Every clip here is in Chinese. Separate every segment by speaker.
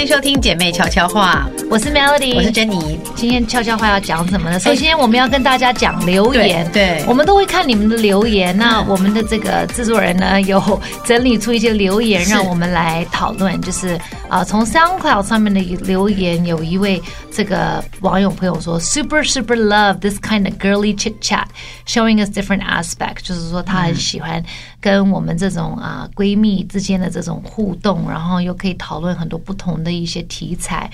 Speaker 1: 迎收听姐妹悄悄话，
Speaker 2: 我是 Melody，
Speaker 1: 我是珍妮。
Speaker 2: 今天悄悄话要讲什么呢？首先，我们要跟大家讲留言，
Speaker 1: 对对
Speaker 2: 我们都会看你们的留言。那我们的这个制作人呢，有整理出一些留言，
Speaker 1: 是
Speaker 2: 让我们来讨论。就是啊、呃从 SoundCloud 上面的留言，有一位这个网友朋友说，super super love this kind of girly chit chat showing us different aspect，就是说他很喜欢跟我们这种啊、闺蜜之间的这种互动，然后又可以讨论很多不同的一些题材。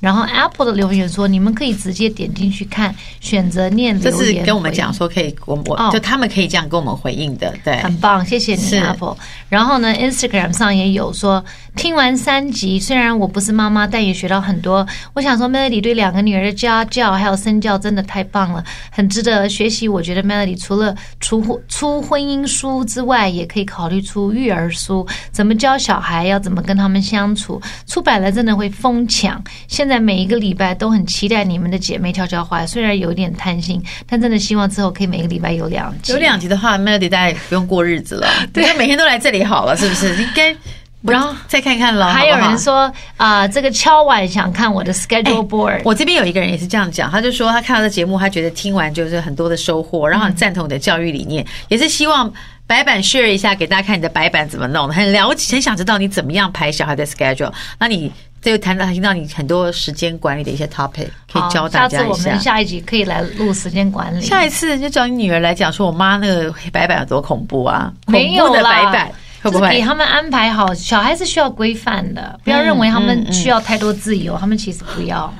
Speaker 2: 然后 Apple 的留言说，你们可以直接点进去看，选择念
Speaker 1: 这
Speaker 2: 留言
Speaker 1: 是
Speaker 2: 回应。
Speaker 1: 跟我们讲说可以，我我、
Speaker 2: 哦
Speaker 1: 就他们可以这样跟我们回应的，对。
Speaker 2: 很棒，谢谢
Speaker 1: 是
Speaker 2: 你 Apple。然后呢，Instagram 上也有说，听完三集，虽然我不是妈妈，但也学到很多。我想说，Melody 对两个女儿的家教还有身教真的太棒了，很值得学习。我觉得 Melody 除了出出婚姻书之外，也可以考虑出育儿书，怎么教小孩，要怎么跟他们相处。出版了真的会疯抢，现在每一个礼拜都很期待你们的姐妹悄悄话，虽然有点贪心，但真的希望之后可以每个礼拜有两集。
Speaker 1: 有两集的话，Melody 大概不用过日 子了，对，每天都来这里好了，是不是？应该，然后再看看了。
Speaker 2: 还有
Speaker 1: 好不好哎
Speaker 2: 人说啊、这个敲碗想看我的 schedule board，、
Speaker 1: 我这边有一个人也是这样讲，他就说他看到这节目，他觉得听完就是很多的收获，然后很赞同你的教育理念，也是希望白板 share 一下给大家看你的白板怎么弄，很了解，很想知道你怎么样排小孩的 schedule。那你这就谈到听到你很多时间管理的一些 topic，可以
Speaker 2: 好
Speaker 1: 教大家
Speaker 2: 下次
Speaker 1: 一
Speaker 2: 我
Speaker 1: 下
Speaker 2: 们。下一集可以来录时间管理。
Speaker 1: 下一次就找你女儿来讲说，我妈那个白板有多恐怖啊，
Speaker 2: 没有
Speaker 1: 恐怖的
Speaker 2: 啦
Speaker 1: 白板会不
Speaker 2: 就是给
Speaker 1: 会？嗯
Speaker 2: 他们安排好，小孩是需要规范的，不要认为他们需要太多自由，他们其实不 要。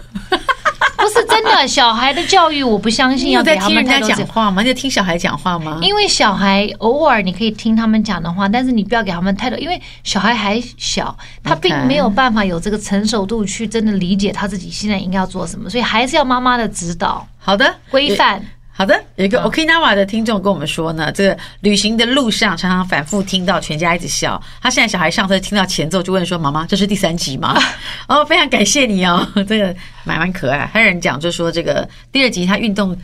Speaker 2: 不是真的，小孩的教育我不相信
Speaker 1: 你
Speaker 2: 要
Speaker 1: 有
Speaker 2: 给
Speaker 1: 在
Speaker 2: 他
Speaker 1: 听
Speaker 2: 们
Speaker 1: 人
Speaker 2: 太
Speaker 1: 家
Speaker 2: 多自
Speaker 1: 讲
Speaker 2: 由。
Speaker 1: 话吗？你有听小孩讲话吗？
Speaker 2: 因为小孩偶尔你可以听他们讲的话，但是你不要给他们太多，因为小孩还小，他
Speaker 1: OK
Speaker 2: 并没有办法有这个成熟度去真的理解他自己现在应该要做什么，所以还是要妈妈的指导
Speaker 1: 好的，
Speaker 2: 规范。
Speaker 1: 好的，有一个 Okinawa 的听众跟我们说呢，这个旅行的路上常常反复听到全家一直笑。他现在小孩上车听到前奏就问说：“妈妈，这是第三集吗？” 哦，非常感谢你哦，这个蛮蛮可爱。还有人讲就说这个第二集他运动。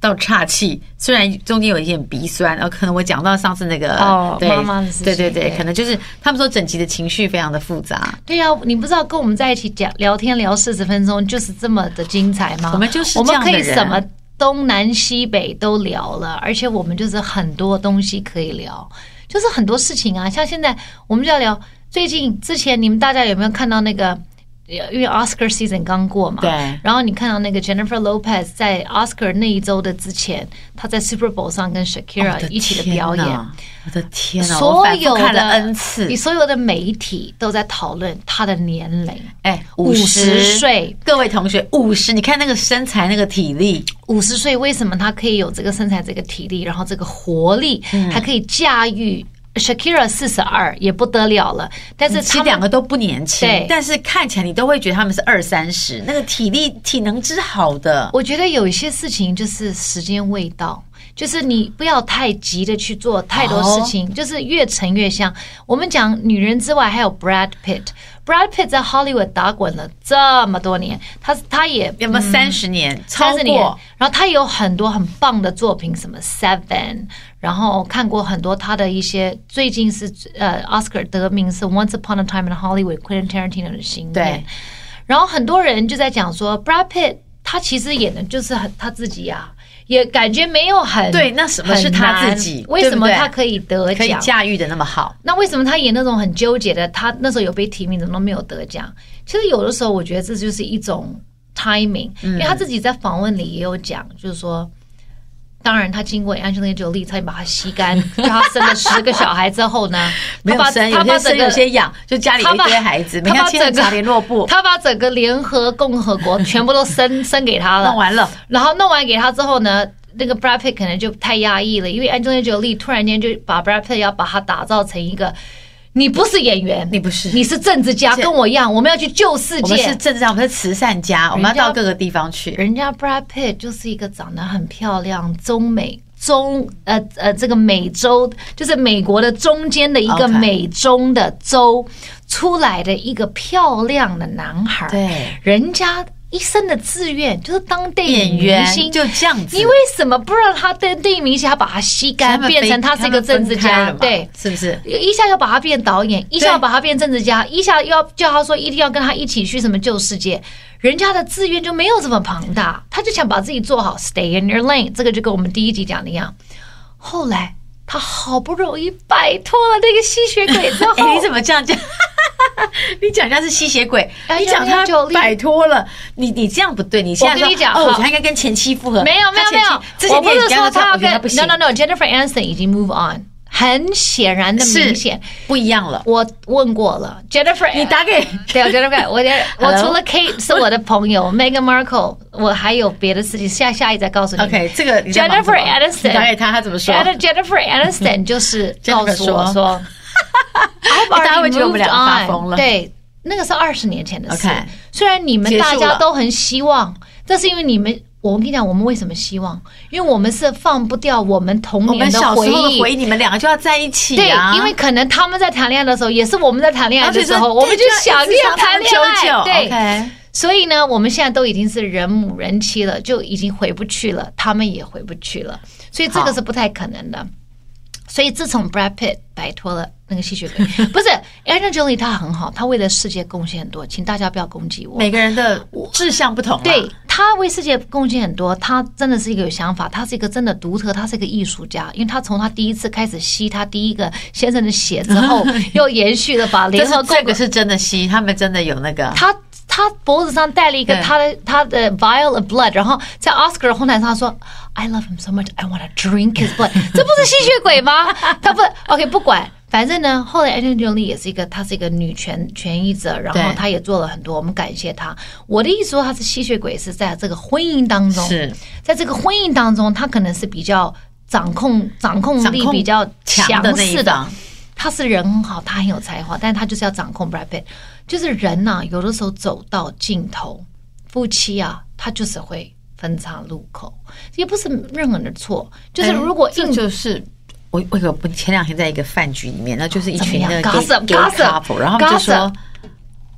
Speaker 1: 到岔气，虽然中间有一点鼻酸，呃，可能我讲到上次那个
Speaker 2: 哦
Speaker 1: 对
Speaker 2: 妈妈的事情
Speaker 1: 对对对，
Speaker 2: 对
Speaker 1: 可能就是他们说整集的情绪非常的复杂，
Speaker 2: 对呀、你不知道跟我们在一起讲聊天聊四十分钟就是这么的精彩吗？
Speaker 1: 我们就是
Speaker 2: 我
Speaker 1: 这
Speaker 2: 们
Speaker 1: 样的
Speaker 2: 可
Speaker 1: 人
Speaker 2: 以什么东南西北都聊了，而且我们就是很多东西可以聊，就是很多事情啊，像现在我们就要聊最近之前你们大家有没有看到那个？呃因为 Oscar season 刚过嘛，
Speaker 1: 对
Speaker 2: 然后你看到那个 Jennifer Lopez 在 Oscar 那一周的之前，她在 Super Bowl 上跟
Speaker 1: 哦我
Speaker 2: Shakira
Speaker 1: 的
Speaker 2: 一起的表演，
Speaker 1: 天哪，我的天呐，我
Speaker 2: 所
Speaker 1: 反复
Speaker 2: 有
Speaker 1: 看了
Speaker 2: 的
Speaker 1: n 次
Speaker 2: 你，所有的媒体都在讨论她的年龄，
Speaker 1: 哎，
Speaker 2: 50岁，
Speaker 1: 各位同学，五十，你看那个身材，那个体力，
Speaker 2: 五十岁为什么她可以有这个身材、这个体力，然后这个活力，
Speaker 1: 嗯
Speaker 2: 还可以驾驭 Shakira 四十二也不得了了，但是
Speaker 1: 其实
Speaker 2: 他
Speaker 1: 嗯
Speaker 2: 们
Speaker 1: 两个都不年轻
Speaker 2: 对，
Speaker 1: 但是看起来你都会觉得他们是二三十，那个体力体能之好的，
Speaker 2: 我觉得有一些事情就是时间未到，就是你不要太急的去做太多事情，
Speaker 1: 哦
Speaker 2: 就是越沉越香。我们讲女人之外，还有 Brad Pitt。Brad Pitt 在 Hollywood 打滚了这么多年，他他也
Speaker 1: 有没有三十年超
Speaker 2: 嗯三十年
Speaker 1: 过？，
Speaker 2: 然后他有很多很棒的作品，什么 Seven，然后看过很多他的一些，最近是呃 Oscar 得名是 Once Upon a Time in Hollywood，Quentin Tarantino 的新片
Speaker 1: 对。
Speaker 2: 然后很多人就在讲说，Brad Pitt 他其实演的就是很他自己呀、也感觉没有很
Speaker 1: 对那什么是他自己
Speaker 2: 很难为什么
Speaker 1: 对不对
Speaker 2: 他可以得
Speaker 1: 可以
Speaker 2: 奖？
Speaker 1: 驾驭的那么好，
Speaker 2: 那为什么他演那种很纠结的？他那时候有被提名，怎么都没有得奖？其实有的时候，我觉得这就是一种 timing，、因
Speaker 1: 嗯
Speaker 2: 为他自己在访问里也有讲，就是说，当然他经过 Angelina Jolie 差点把他吸 干，就他生了十个小孩之后呢，
Speaker 1: 没有
Speaker 2: 他把
Speaker 1: 生，
Speaker 2: 他
Speaker 1: 有
Speaker 2: 把
Speaker 1: 些
Speaker 2: 整
Speaker 1: 生
Speaker 2: 个
Speaker 1: 有些养，就家里有
Speaker 2: 他
Speaker 1: 一
Speaker 2: 把
Speaker 1: 堆孩子，每
Speaker 2: 他
Speaker 1: 天
Speaker 2: 把
Speaker 1: 牵着
Speaker 2: 整个
Speaker 1: 长联络簿，
Speaker 2: 他把整个联合共和国全部都生生给他了
Speaker 1: 弄，完了，
Speaker 2: 然后弄完给他之后呢，那个 Brad Pitt 可能就太压抑了，因为 Angelina Jolie 突然间就把 Brad Pitt 要把他打造成一个，你不是演员，
Speaker 1: 你不是
Speaker 2: 你是政治家，
Speaker 1: 是
Speaker 2: 跟我一样，我们要去救世
Speaker 1: 我们是
Speaker 2: 界。
Speaker 1: 政治家，我们是慈善家，我们要到各个地方去。
Speaker 2: 人家 Brad Pitt 就是一个长得很漂亮，中美中呃呃这个美洲，就是美国的中间的一个
Speaker 1: OK
Speaker 2: 美中的州出来的一个漂亮的男孩。
Speaker 1: 对，
Speaker 2: 人家一生的志愿就是当电
Speaker 1: 演
Speaker 2: 影明
Speaker 1: 员
Speaker 2: 星，
Speaker 1: 就这样子，
Speaker 2: 你为什么不让他当电影明星，还把他吸干，
Speaker 1: 们
Speaker 2: 变
Speaker 1: 分
Speaker 2: 成他是一个政治
Speaker 1: 他们分开
Speaker 2: 家
Speaker 1: 了？嘛
Speaker 2: 对，
Speaker 1: 是不是？
Speaker 2: 一下要把他变导演，一下要把他变政治家，一下要叫他说一定要跟他一起去什么救世界，人家的志愿就没有这么庞大，他就想把自己做好，stay in your lane，这个就跟我们第一集讲的一样。后来他好不容易摆脱了那个吸血鬼之
Speaker 1: 哎、
Speaker 2: 后
Speaker 1: 你，怎么这样讲？你讲人家是吸血鬼，
Speaker 2: 哎
Speaker 1: 你讲
Speaker 2: 有
Speaker 1: 他
Speaker 2: 理有理
Speaker 1: 摆脱了，你你这样不对，你现在
Speaker 2: 我跟你
Speaker 1: 说
Speaker 2: 讲
Speaker 1: 哦，
Speaker 2: 好
Speaker 1: 他应该跟前妻复合，
Speaker 2: 没有没
Speaker 1: 他
Speaker 2: 有
Speaker 1: 前妻
Speaker 2: 没有，
Speaker 1: 之前
Speaker 2: 我不是说他
Speaker 1: 他
Speaker 2: 要跟
Speaker 1: 不行
Speaker 2: no no no，Jennifer Aniston 已经 move on，很显然的
Speaker 1: 是
Speaker 2: 明显，
Speaker 1: 不一样了。
Speaker 2: 我问过了，Jennifer，
Speaker 1: 你打 给
Speaker 2: 对，我觉得怪。我觉得我
Speaker 1: Hello？
Speaker 2: 除了 Kate 是我的朋友，Meghan Markle，我还有别的事情，下下一再告诉你们。
Speaker 1: OK，这个你在忙什
Speaker 2: Jennifer
Speaker 1: 么
Speaker 2: Aniston
Speaker 1: 你打给他，他怎么说？
Speaker 2: Jen- Jennifer Aniston 就是告诉我
Speaker 1: Jennifer
Speaker 2: 说，I've 哎
Speaker 1: 大家会
Speaker 2: already
Speaker 1: 觉得我们俩
Speaker 2: moved
Speaker 1: 发疯
Speaker 2: on。
Speaker 1: 了
Speaker 2: 对，那个是二十年前的事
Speaker 1: OK。
Speaker 2: 虽然你们
Speaker 1: 结束
Speaker 2: 大家
Speaker 1: 了
Speaker 2: 都很希望，这是因为你们。我跟你讲，我们为什么希望？因为我们是放不掉我们童
Speaker 1: 我
Speaker 2: 年
Speaker 1: 们小
Speaker 2: 回
Speaker 1: 时候
Speaker 2: 忆
Speaker 1: 的，回忆，你们两个就要在一起
Speaker 2: 对
Speaker 1: 啊！，
Speaker 2: 因为可能他们在谈恋爱的时候，也是我们在谈恋爱
Speaker 1: 而
Speaker 2: 的
Speaker 1: 且
Speaker 2: 时候，我们就想念谈恋爱。对
Speaker 1: o k
Speaker 2: 所以呢，我们现在都已经是人母人妻了，就已经回不去了，他们也回不去了，所以这个
Speaker 1: 好
Speaker 2: 是不太可能的。所以自从 Brad Pitt 摆脱了那个吸血 鬼，不是 Angelina Jolie，她很好，她为了世界贡献很多，请大家不要攻击我。
Speaker 1: 每个人的志向不同啊，
Speaker 2: 对他为世界贡献很多，他真的是一个有想法，他是一个真的独特，他是一个艺术家，因为他从他第一次开始吸他第一个先生的血 之后，又延续了把
Speaker 1: 这
Speaker 2: 联合
Speaker 1: 是
Speaker 2: 国
Speaker 1: 这个是真的吸，他们真的有那个。
Speaker 2: 他他脖子上戴了一个
Speaker 1: 对
Speaker 2: 他的他的 vial of blood，然后在 Oscar 的红毯上说 I love him so much, I want to drink his blood，这 不是吸血鬼吗？他不 OK 不管。反正呢，后来 Angelina Jolie 也是一个，她是一个女权权益者，然后
Speaker 1: 对
Speaker 2: 她也做了很多，我们感谢她。我的意思说，她是吸血鬼，是在这个婚姻当中，
Speaker 1: 是
Speaker 2: 在这个婚姻当中，她可能是比较掌控掌控
Speaker 1: 掌
Speaker 2: 力
Speaker 1: 控
Speaker 2: 比较
Speaker 1: 强
Speaker 2: 强
Speaker 1: 的那一
Speaker 2: 势的
Speaker 1: 方，
Speaker 2: 他是人很好，他很有才华，但是他就是要掌控 Brad Pitt。就是人呐、有的时候走到尽头，夫妻啊，他就是会分岔路口，也不是任何人的错。就是如果
Speaker 1: 哎这
Speaker 2: 硬、
Speaker 1: 就是。我我有前两天在一个饭局里面，那就是一群那个
Speaker 2: 怎么
Speaker 1: gay,
Speaker 2: 样
Speaker 1: gay
Speaker 2: Gossip，
Speaker 1: couple，然后他们就
Speaker 2: Gossip
Speaker 1: 说，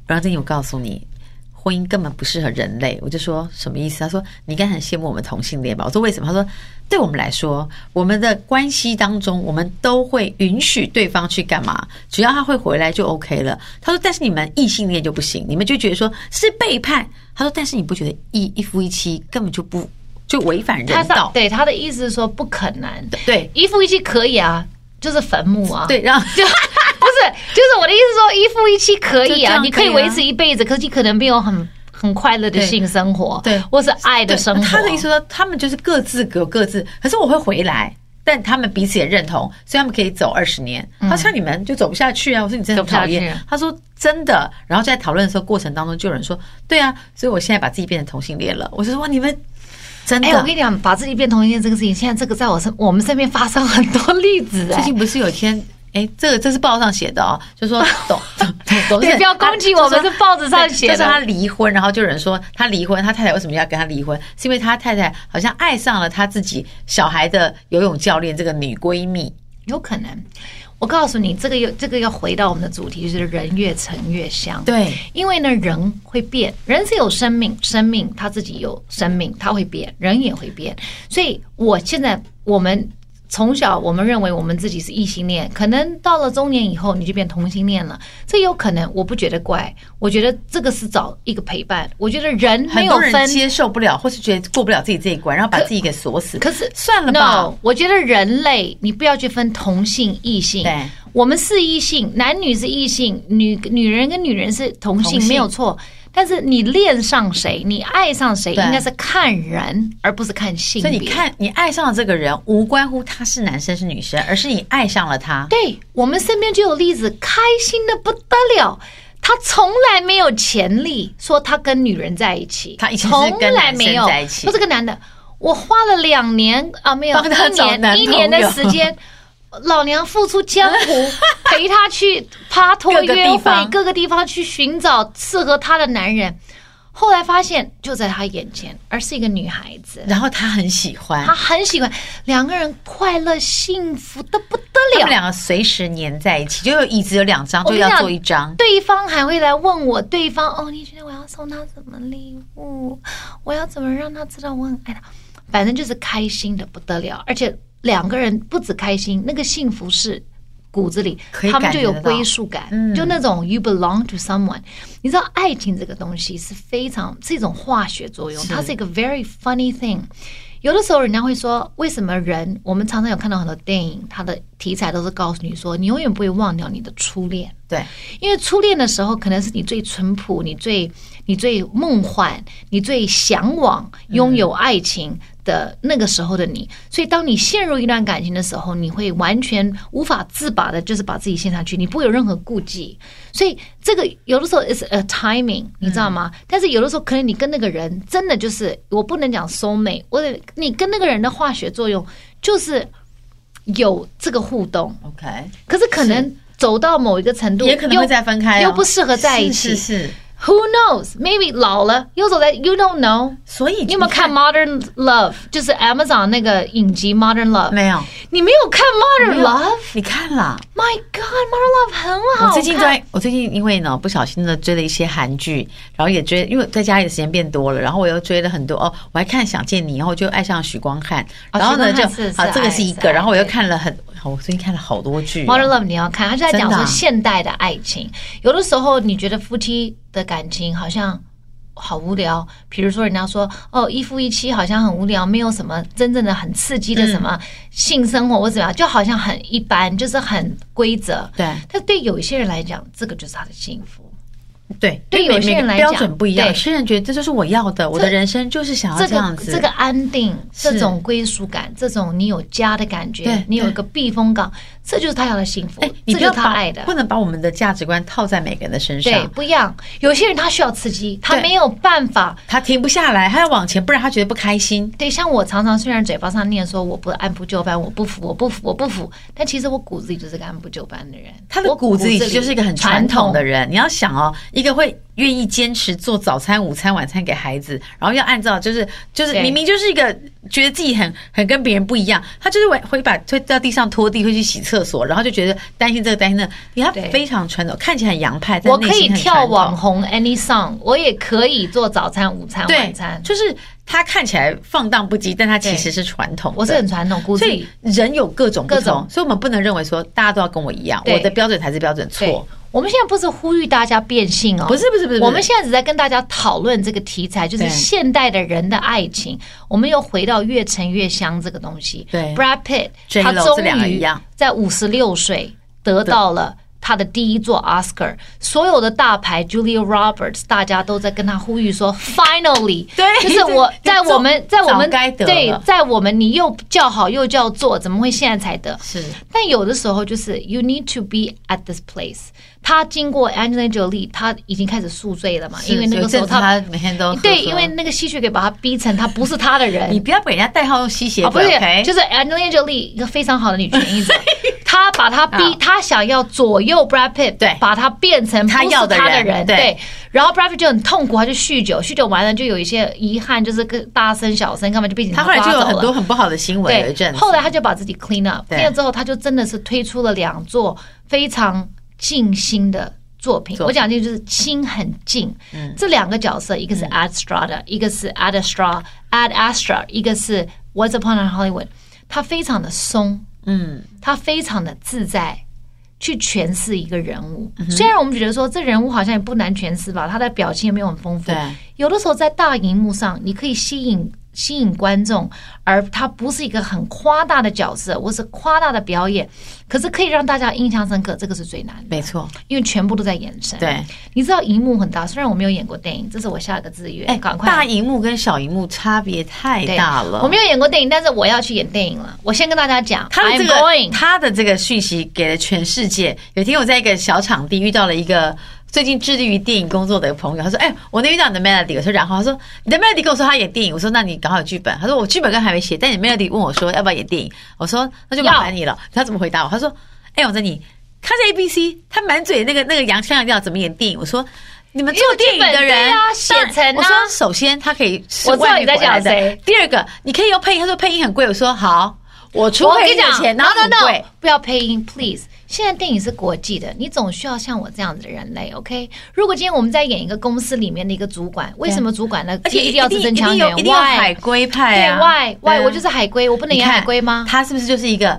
Speaker 1: 然后这里我告诉你，婚姻根本不适合人类。我就说什么意思？他说你应该很羡慕我们同性恋吧？我说为什么？他说对我们来说，我们的关系当中，我们都会允许对方去干嘛，只要他会回来就 OK 了。他说，但是你们异性恋就不行，你们就觉得说是背叛。他说，但是你不觉得一一夫一妻根本就不就违反
Speaker 2: 他
Speaker 1: 人
Speaker 2: 上
Speaker 1: 道？
Speaker 2: 对他的意思是说不可能，
Speaker 1: 对
Speaker 2: 一夫一妻可以啊，就是坟墓啊，
Speaker 1: 对，让。
Speaker 2: 就不是，就是我的意思说，一夫一妻可
Speaker 1: 就
Speaker 2: 以
Speaker 1: 这
Speaker 2: 啊，
Speaker 1: 样
Speaker 2: 你可以
Speaker 1: 可以啊
Speaker 2: 维持一辈子，可是你可能没有很很快乐的
Speaker 1: 对
Speaker 2: 性生活，
Speaker 1: 对
Speaker 2: 或是爱的
Speaker 1: 对，
Speaker 2: 生活。
Speaker 1: 他的意思说，他们就是各自有各自，可是我会回来。但他们彼此也认同，所以他们可以走二十年。他说你们就走不下去啊！我说你真的很讨
Speaker 2: 嗯走不
Speaker 1: 厌
Speaker 2: 下去。
Speaker 1: 他说真的。然后在讨论的时候过程当中，就有人说对啊，所以我现在把自己变成同性恋了。我就说哇，你们真的
Speaker 2: 哎、我跟你讲，把自己变同性恋这个事情，现在这个在我身我们身边发生很多例子、
Speaker 1: 最
Speaker 2: 哎，
Speaker 1: 近不是有一天，哎，这个这是报上写的哦，就说 董董董事
Speaker 2: 对
Speaker 1: 长
Speaker 2: 不要攻击我们
Speaker 1: 他就说
Speaker 2: 是报纸上写的
Speaker 1: 对就说他离婚，然后就有人说他离婚，他太太为什么要跟他离婚？是因为他太太好像爱上了他自己小孩的游泳教练这个女闺蜜，
Speaker 2: 有可能。我告诉你，这个又这个要回到我们的主题，就是人越沉越香。
Speaker 1: 对，
Speaker 2: 因为呢，人会变，人是有生命，生命他自己有生命，他会变，人也会变。所以我现在我们从小我们认为我们自己是异性恋，可能到了中年以后你就变同性恋了，这有可能，我不觉得怪，我觉得这个是找一个陪伴。我觉得人没
Speaker 1: 很
Speaker 2: 有
Speaker 1: 多人
Speaker 2: 分
Speaker 1: 接受不了，或是觉得过不了自己这一关，然后把自己给锁死。
Speaker 2: 可是
Speaker 1: 算了吧
Speaker 2: No，，我觉得人类你不要去分同性异性，
Speaker 1: 对
Speaker 2: 我们是异性，男女是异性，女女人跟女人是同性
Speaker 1: 同性
Speaker 2: 没有错。但是你恋上谁，你爱上谁，
Speaker 1: 对
Speaker 2: 应该是看人，而不是看性
Speaker 1: 所
Speaker 2: 别。
Speaker 1: 以你，看，你爱上了这个人，无关乎他是男生是女生，而是你爱上了他。
Speaker 2: 对我们身边就有例子，开心的不得了。他从来没有潜力说他跟女人在一起，
Speaker 1: 他以前是
Speaker 2: 从
Speaker 1: 跟
Speaker 2: 来
Speaker 1: 男
Speaker 2: 没
Speaker 1: 生
Speaker 2: 有
Speaker 1: 在一起
Speaker 2: 不是跟男的，我花了两年啊，没有
Speaker 1: 帮他
Speaker 2: 一
Speaker 1: 找
Speaker 2: 年
Speaker 1: 男
Speaker 2: 一年的
Speaker 1: 朋友
Speaker 2: 时间，老娘付出江湖陪他去爬坡
Speaker 1: 各个
Speaker 2: 约
Speaker 1: 地
Speaker 2: 会，
Speaker 1: 方
Speaker 2: 各个地方去寻找适合他的男人。后来发现就在他眼前，而是一个女
Speaker 1: 嗯
Speaker 2: 孩子，
Speaker 1: 然后他很喜欢
Speaker 2: 他，很喜欢，两个人快乐幸福的不得
Speaker 1: 他们
Speaker 2: 了。
Speaker 1: 两个随时粘在一起，就有椅子有两张，
Speaker 2: 我
Speaker 1: 就
Speaker 2: 跟你
Speaker 1: 要
Speaker 2: 讲
Speaker 1: 做一张。
Speaker 2: 对方还会来问我，对方哦，你觉得我要送他什么礼物？我要怎么让他知道我很爱他？反正就是开心的不得了，而且两个人不止开心，那个幸福是骨子里
Speaker 1: 可，以
Speaker 2: 他们就有
Speaker 1: 感觉得到
Speaker 2: 归属感，就那种 you belong to someone。你知道，爱情这个东西是非常是一种化学作用，它是一个 very funny thing。有的时候人家会说，为什么人？我们常常有看到很多电影，它的题材都是告诉你说，你永远不会忘掉你的初恋。
Speaker 1: 对，
Speaker 2: 因为初恋的时候，可能是你最淳朴，你最你最梦幻，你最向往拥有爱情的那个时候的你。所以，当你陷入一段感情的时候，你会完全无法自拔的，就是把自己陷下去，你不会有任何顾忌。所以，这个有的时候 is a timing，你知道吗？但是有的时候，可能你跟那个人真的就是，我不能讲 soul mate，我得你跟那个人的化学作用就是有这个互动。
Speaker 1: ，OK，
Speaker 2: 可是可能走到某一个程度，
Speaker 1: 也可能会
Speaker 2: 又
Speaker 1: 再分开哦，
Speaker 2: 又不适合在一起。
Speaker 1: 是是是
Speaker 2: Who knows? Maybe 老了又走在 You don't know。
Speaker 1: 所以？
Speaker 2: 你有没有看《Modern Love》？就是 Amazon 那个影集《Modern Love》。
Speaker 1: 没有
Speaker 2: 你没有看《Modern
Speaker 1: 没有啊
Speaker 2: Love》
Speaker 1: 你看啦，
Speaker 2: ？My God，《Modern Love》很好看。
Speaker 1: 我最近在，我最近因为呢不小心的追了一些韩剧，然后也追，因为在家里的时间变多了，然后我又追了很多哦，我还看《想见你》，然后就爱上许光汉，
Speaker 2: 哦
Speaker 1: 然后呢就
Speaker 2: 许光汉是
Speaker 1: 啊
Speaker 2: 是
Speaker 1: 这个
Speaker 2: 爱
Speaker 1: 是一
Speaker 2: 是
Speaker 1: 个，
Speaker 2: 爱
Speaker 1: 然后我又
Speaker 2: 对
Speaker 1: 看了很，好我最近看了好多剧
Speaker 2: Modern
Speaker 1: 哦，
Speaker 2: Love 你要看，他是在
Speaker 1: 真的啊
Speaker 2: 讲说现代的爱情。有的时候你觉得夫妻的感情好像好无聊，比如说人家说哦一夫一妻好像很无聊，没有什么真正的很刺激的什么
Speaker 1: 嗯
Speaker 2: 性生活或怎么样，就好像很一般，就是很规则。
Speaker 1: 对
Speaker 2: 但对有一些人来讲，这个就是他的幸福。
Speaker 1: 对，
Speaker 2: 对
Speaker 1: 因为
Speaker 2: 有
Speaker 1: 每
Speaker 2: 些
Speaker 1: 每
Speaker 2: 人
Speaker 1: 个
Speaker 2: 来
Speaker 1: 标
Speaker 2: 讲
Speaker 1: 准不一样，有
Speaker 2: 对
Speaker 1: 些人觉得这就是我要的，我的人生就是想要
Speaker 2: 这
Speaker 1: 哦这样
Speaker 2: 个
Speaker 1: 子，
Speaker 2: 这个安定，
Speaker 1: 是
Speaker 2: 这种归属感，这种你有家的感
Speaker 1: 对
Speaker 2: 觉，你有一个避风港，这就是他要的幸福
Speaker 1: 哎，，你
Speaker 2: 这
Speaker 1: 不
Speaker 2: 就是
Speaker 1: 要
Speaker 2: 他
Speaker 1: 把
Speaker 2: 爱的
Speaker 1: 不。能把我们的价值观套在每个人的身
Speaker 2: 对
Speaker 1: 上，。
Speaker 2: 不一样。有些人他需要刺激，他
Speaker 1: 对
Speaker 2: 没有办法。
Speaker 1: 他停不下来，他要往前，不然他觉得不开心。
Speaker 2: 对，像我常常虽然嘴巴上念说我不按部就班，我不服，我不服，我不服，但其实我骨子里就是个按部就班的人。
Speaker 1: 他的
Speaker 2: 我
Speaker 1: 骨
Speaker 2: 骨
Speaker 1: 子里就是一个很传统的人。你要想哦，一个会愿意坚持做早餐、午餐、晚餐给孩子，然后要按照就是就是
Speaker 2: 对
Speaker 1: 明明就是一个觉得自己很很跟别人不一样，他就是会会把会到地上拖地，会去洗厕所，然后就觉得担心这个担心那个。你看他
Speaker 2: 对
Speaker 1: 非常传统，看起来很洋派，但
Speaker 2: 我
Speaker 1: 内
Speaker 2: 可以
Speaker 1: 心很
Speaker 2: 跳
Speaker 1: 传统
Speaker 2: 网红 any song，我也可以做早餐、午餐、
Speaker 1: 对
Speaker 2: 晚餐，，
Speaker 1: 就是他看起来放荡不羁，但他其
Speaker 2: 对
Speaker 1: 实是传统的。
Speaker 2: 我是很传统，骨子
Speaker 1: 所
Speaker 2: 里
Speaker 1: 以。人有各种不
Speaker 2: 各
Speaker 1: 同
Speaker 2: 种，
Speaker 1: 所以我们不能认为说大家都要跟我一样，
Speaker 2: 对
Speaker 1: 我的标准才是标准，
Speaker 2: 对
Speaker 1: 错，
Speaker 2: 我们现在不是呼吁大家变性哦，
Speaker 1: 不是不是不是，
Speaker 2: 我们现在只在跟大家讨论这个题材，就是
Speaker 1: 对
Speaker 2: 现代的人的爱情。我们又回到越沉越香这个东西。
Speaker 1: 对
Speaker 2: ，Brad Pitt，
Speaker 1: J-Lo，
Speaker 2: 他终
Speaker 1: 这两个一
Speaker 2: 于
Speaker 1: 样
Speaker 2: 在五十六岁得到了。他的第一座 Oscar，所有的大牌 Julia Roberts，大家都在跟他呼吁说，Finally，
Speaker 1: 对
Speaker 2: 就是 我
Speaker 1: 对
Speaker 2: 在我们在我们
Speaker 1: 早该得了
Speaker 2: 对，在我们你又叫好又叫座，怎么会现在才得？
Speaker 1: 是
Speaker 2: 但有的时候就是 you need to be at this place。他经过 Angelina Jolie，他已经开始宿醉了嘛，
Speaker 1: 是
Speaker 2: 因为那个时
Speaker 1: 所
Speaker 2: 候
Speaker 1: 以他每天都喝
Speaker 2: 对，
Speaker 1: 喝
Speaker 2: 因为那个吸血鬼把他逼成他不是他的人
Speaker 1: 你。不要给人家代号用吸血
Speaker 2: 啊，不
Speaker 1: 鬼
Speaker 2: 是
Speaker 1: ，OK，
Speaker 2: 就是 Angelina Jolie 一个非常好的女权 益者，她把
Speaker 1: 好
Speaker 2: 她逼，她想要左右 Brad Pitt，
Speaker 1: 对
Speaker 2: 把他变成
Speaker 1: 她
Speaker 2: 不是
Speaker 1: 要的
Speaker 2: 他
Speaker 1: 人对
Speaker 2: 对。然后 Brad Pitt 就很痛苦，他就酗酒，酗酒完了就有一些遗憾，就是跟大声小声，干嘛就被警
Speaker 1: 他
Speaker 2: 察
Speaker 1: 后来就
Speaker 2: 抓走
Speaker 1: 有
Speaker 2: 了。
Speaker 1: 很多很不好的新闻，有一阵
Speaker 2: 对，
Speaker 1: 子
Speaker 2: 后来他就把自己 clean up，
Speaker 1: 对
Speaker 2: clean up 之后他就真的是推出了两座非常静心的作品。
Speaker 1: 作品嗯
Speaker 2: 我讲的就是心很静。这两个角色，一个是 Ad Strada，、一个是 Ad Astra，Ad Astra，一个是 Once Upon a Hollywood。他非常的松，
Speaker 1: 嗯，
Speaker 2: 他非常的自在。去诠释一个人物，
Speaker 1: 嗯
Speaker 2: 虽然我们觉得说这人物好像也不难诠释吧，他的表情也没有很丰富
Speaker 1: 对，
Speaker 2: 有的时候在大荧幕上，你可以吸引吸引观众，而他不是一个很夸大的角色，或是夸大的表演，可是可以让大家印象深刻，这个是最难的，
Speaker 1: 没错，
Speaker 2: 因为全部都在眼神。
Speaker 1: 对，
Speaker 2: 你知道荧幕很大，虽然我没有演过电影，这是我下一个志愿，
Speaker 1: 哎，
Speaker 2: 赶快
Speaker 1: 大荧幕跟小荧幕差别太
Speaker 2: 对
Speaker 1: 大了，
Speaker 2: 我没有演过电影，但是我要去演电影了。我先跟大家讲
Speaker 1: 他的这
Speaker 2: ，I'm
Speaker 1: 个
Speaker 2: going。
Speaker 1: 他的这个讯息给了全世界。有一天我在一个小场地遇到了一个最近致力于电影工作的朋友，他说：“哎、我能遇到你的 Melody。”我说：“然后他说你的 Melody 跟我说他演电影。”我说：“那你搞好剧本。”他说：“我剧本刚还没写，但你 Melody 问我说要不要演电影。”我说：“那就麻烦 你了。”他怎么回答我？他说：“哎、我王珍妮，他是 A B C，他满嘴那个那个洋腔洋调，怎么演电影？”我说。你们做电影
Speaker 2: 有剧
Speaker 1: 的
Speaker 2: 本
Speaker 1: 人
Speaker 2: 对啊
Speaker 1: 当然
Speaker 2: 写成啊
Speaker 1: 我说，首先他可以是
Speaker 2: 我知道
Speaker 1: 外
Speaker 2: 你
Speaker 1: 面回
Speaker 2: 在
Speaker 1: 来
Speaker 2: 讲
Speaker 1: 的
Speaker 2: 谁
Speaker 1: 第二个，你可以用配音。他说配音很贵，我说好。我出
Speaker 2: 我跟
Speaker 1: 配
Speaker 2: 你
Speaker 1: 音的
Speaker 2: 讲
Speaker 1: 钱
Speaker 2: n
Speaker 1: 哪
Speaker 2: o
Speaker 1: 很
Speaker 2: no
Speaker 1: 贵
Speaker 2: no，不要配音，please。现在电影是国际的，你总需要像我这样子的人类，OK？如果今天我们在演一个公司里面的一个主管，为什么主管呢？
Speaker 1: 而且
Speaker 2: 一定要字
Speaker 1: 一
Speaker 2: 正
Speaker 1: 定
Speaker 2: 腔
Speaker 1: 有
Speaker 2: 圆
Speaker 1: 一定有海
Speaker 2: ，Why？
Speaker 1: 归派
Speaker 2: 对
Speaker 1: 啊
Speaker 2: ，Why
Speaker 1: 对
Speaker 2: Why？
Speaker 1: 啊
Speaker 2: 我就是海龟，我不能
Speaker 1: 你
Speaker 2: 演
Speaker 1: 看
Speaker 2: 海龟吗？
Speaker 1: 他是不是就是一个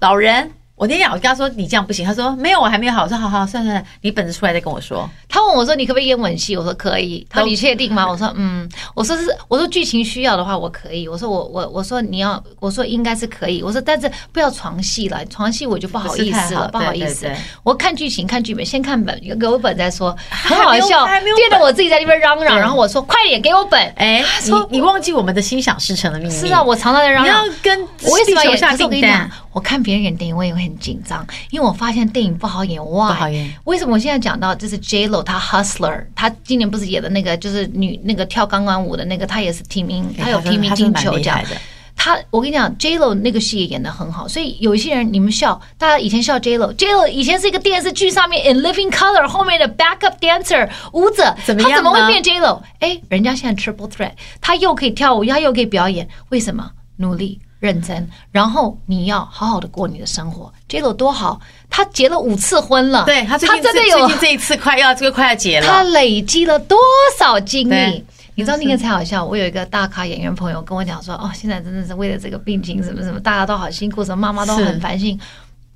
Speaker 1: 老人？我那天我跟他说你这样不行，他说没有，我还没有好。我说好好，算算，你本子出来再跟我说。
Speaker 2: 他问我说：“你可不可以演吻戏？”我说：“可以。”他说：“你确定 吗？”我说：“嗯。”我说：“是，我说剧情需要的话，我可以。”我说我：“我我说你要，我说应该是可以。”我说：“但是不要床戏了，床戏我就不好意
Speaker 1: 不是
Speaker 2: 思
Speaker 1: 太好
Speaker 2: 了，不好
Speaker 1: 对
Speaker 2: 意思
Speaker 1: 对对。
Speaker 2: 我看剧情，看剧本，先看本，给我本再说。” 很
Speaker 1: 还
Speaker 2: 好
Speaker 1: 没有
Speaker 2: 笑
Speaker 1: 还没有，
Speaker 2: 变得我自己在那边嚷嚷，
Speaker 1: 对
Speaker 2: 然后我说：“快点给我本。”
Speaker 1: 哎、
Speaker 2: 他
Speaker 1: 你
Speaker 2: 说
Speaker 1: 你忘记我们的心想事成的秘密？
Speaker 2: 是啊，我常常在嚷
Speaker 1: 你要
Speaker 2: 嚷。
Speaker 1: 跟
Speaker 2: 我为什
Speaker 1: 地
Speaker 2: 么要
Speaker 1: 球
Speaker 2: 演？
Speaker 1: 下
Speaker 2: 可是我跟
Speaker 1: 订
Speaker 2: 你
Speaker 1: 单
Speaker 2: 讲？，我看别人演电影，我也会很紧张，因为我发现电影不好演，不
Speaker 1: 不好演。
Speaker 2: 为什么我现在讲到这是 J Lo，她 Hustler，她今年不是演的那个就是女那个跳钢管舞的那个，她也是提名，她有
Speaker 1: 哎他真的
Speaker 2: 提名
Speaker 1: 他真的
Speaker 2: 金
Speaker 1: 蛮
Speaker 2: 球
Speaker 1: 厉
Speaker 2: 奖
Speaker 1: 害。的。
Speaker 2: 她，我跟你讲，J Lo 那个戏也演得很好，所以有一些人你们笑，大家以前笑 J Lo，J Lo 以前是一个电视剧上面 In Living Color 后面的 backup dancer 舞者，
Speaker 1: 怎么
Speaker 2: 她
Speaker 1: 样
Speaker 2: 怎么
Speaker 1: 呢
Speaker 2: 会变 J Lo？哎，人家现在 triple threat，她又可以跳舞，她又可以表演，为什么？努力认真，然后你要好好的过你的生活。J Lo 多好，她结了五次婚了，
Speaker 1: 对他最
Speaker 2: 她
Speaker 1: 近
Speaker 2: 真的
Speaker 1: 最
Speaker 2: 有
Speaker 1: 最近这一次快要这个快要结
Speaker 2: 他
Speaker 1: 了，
Speaker 2: 累积了多少经
Speaker 1: 对
Speaker 2: 历？你知道那天才好笑，我有一个大咖演员朋友跟我讲说，哦，现在真的是为了这个病情什么什么，大家都好辛苦，什么妈妈都
Speaker 1: 是
Speaker 2: 很烦心。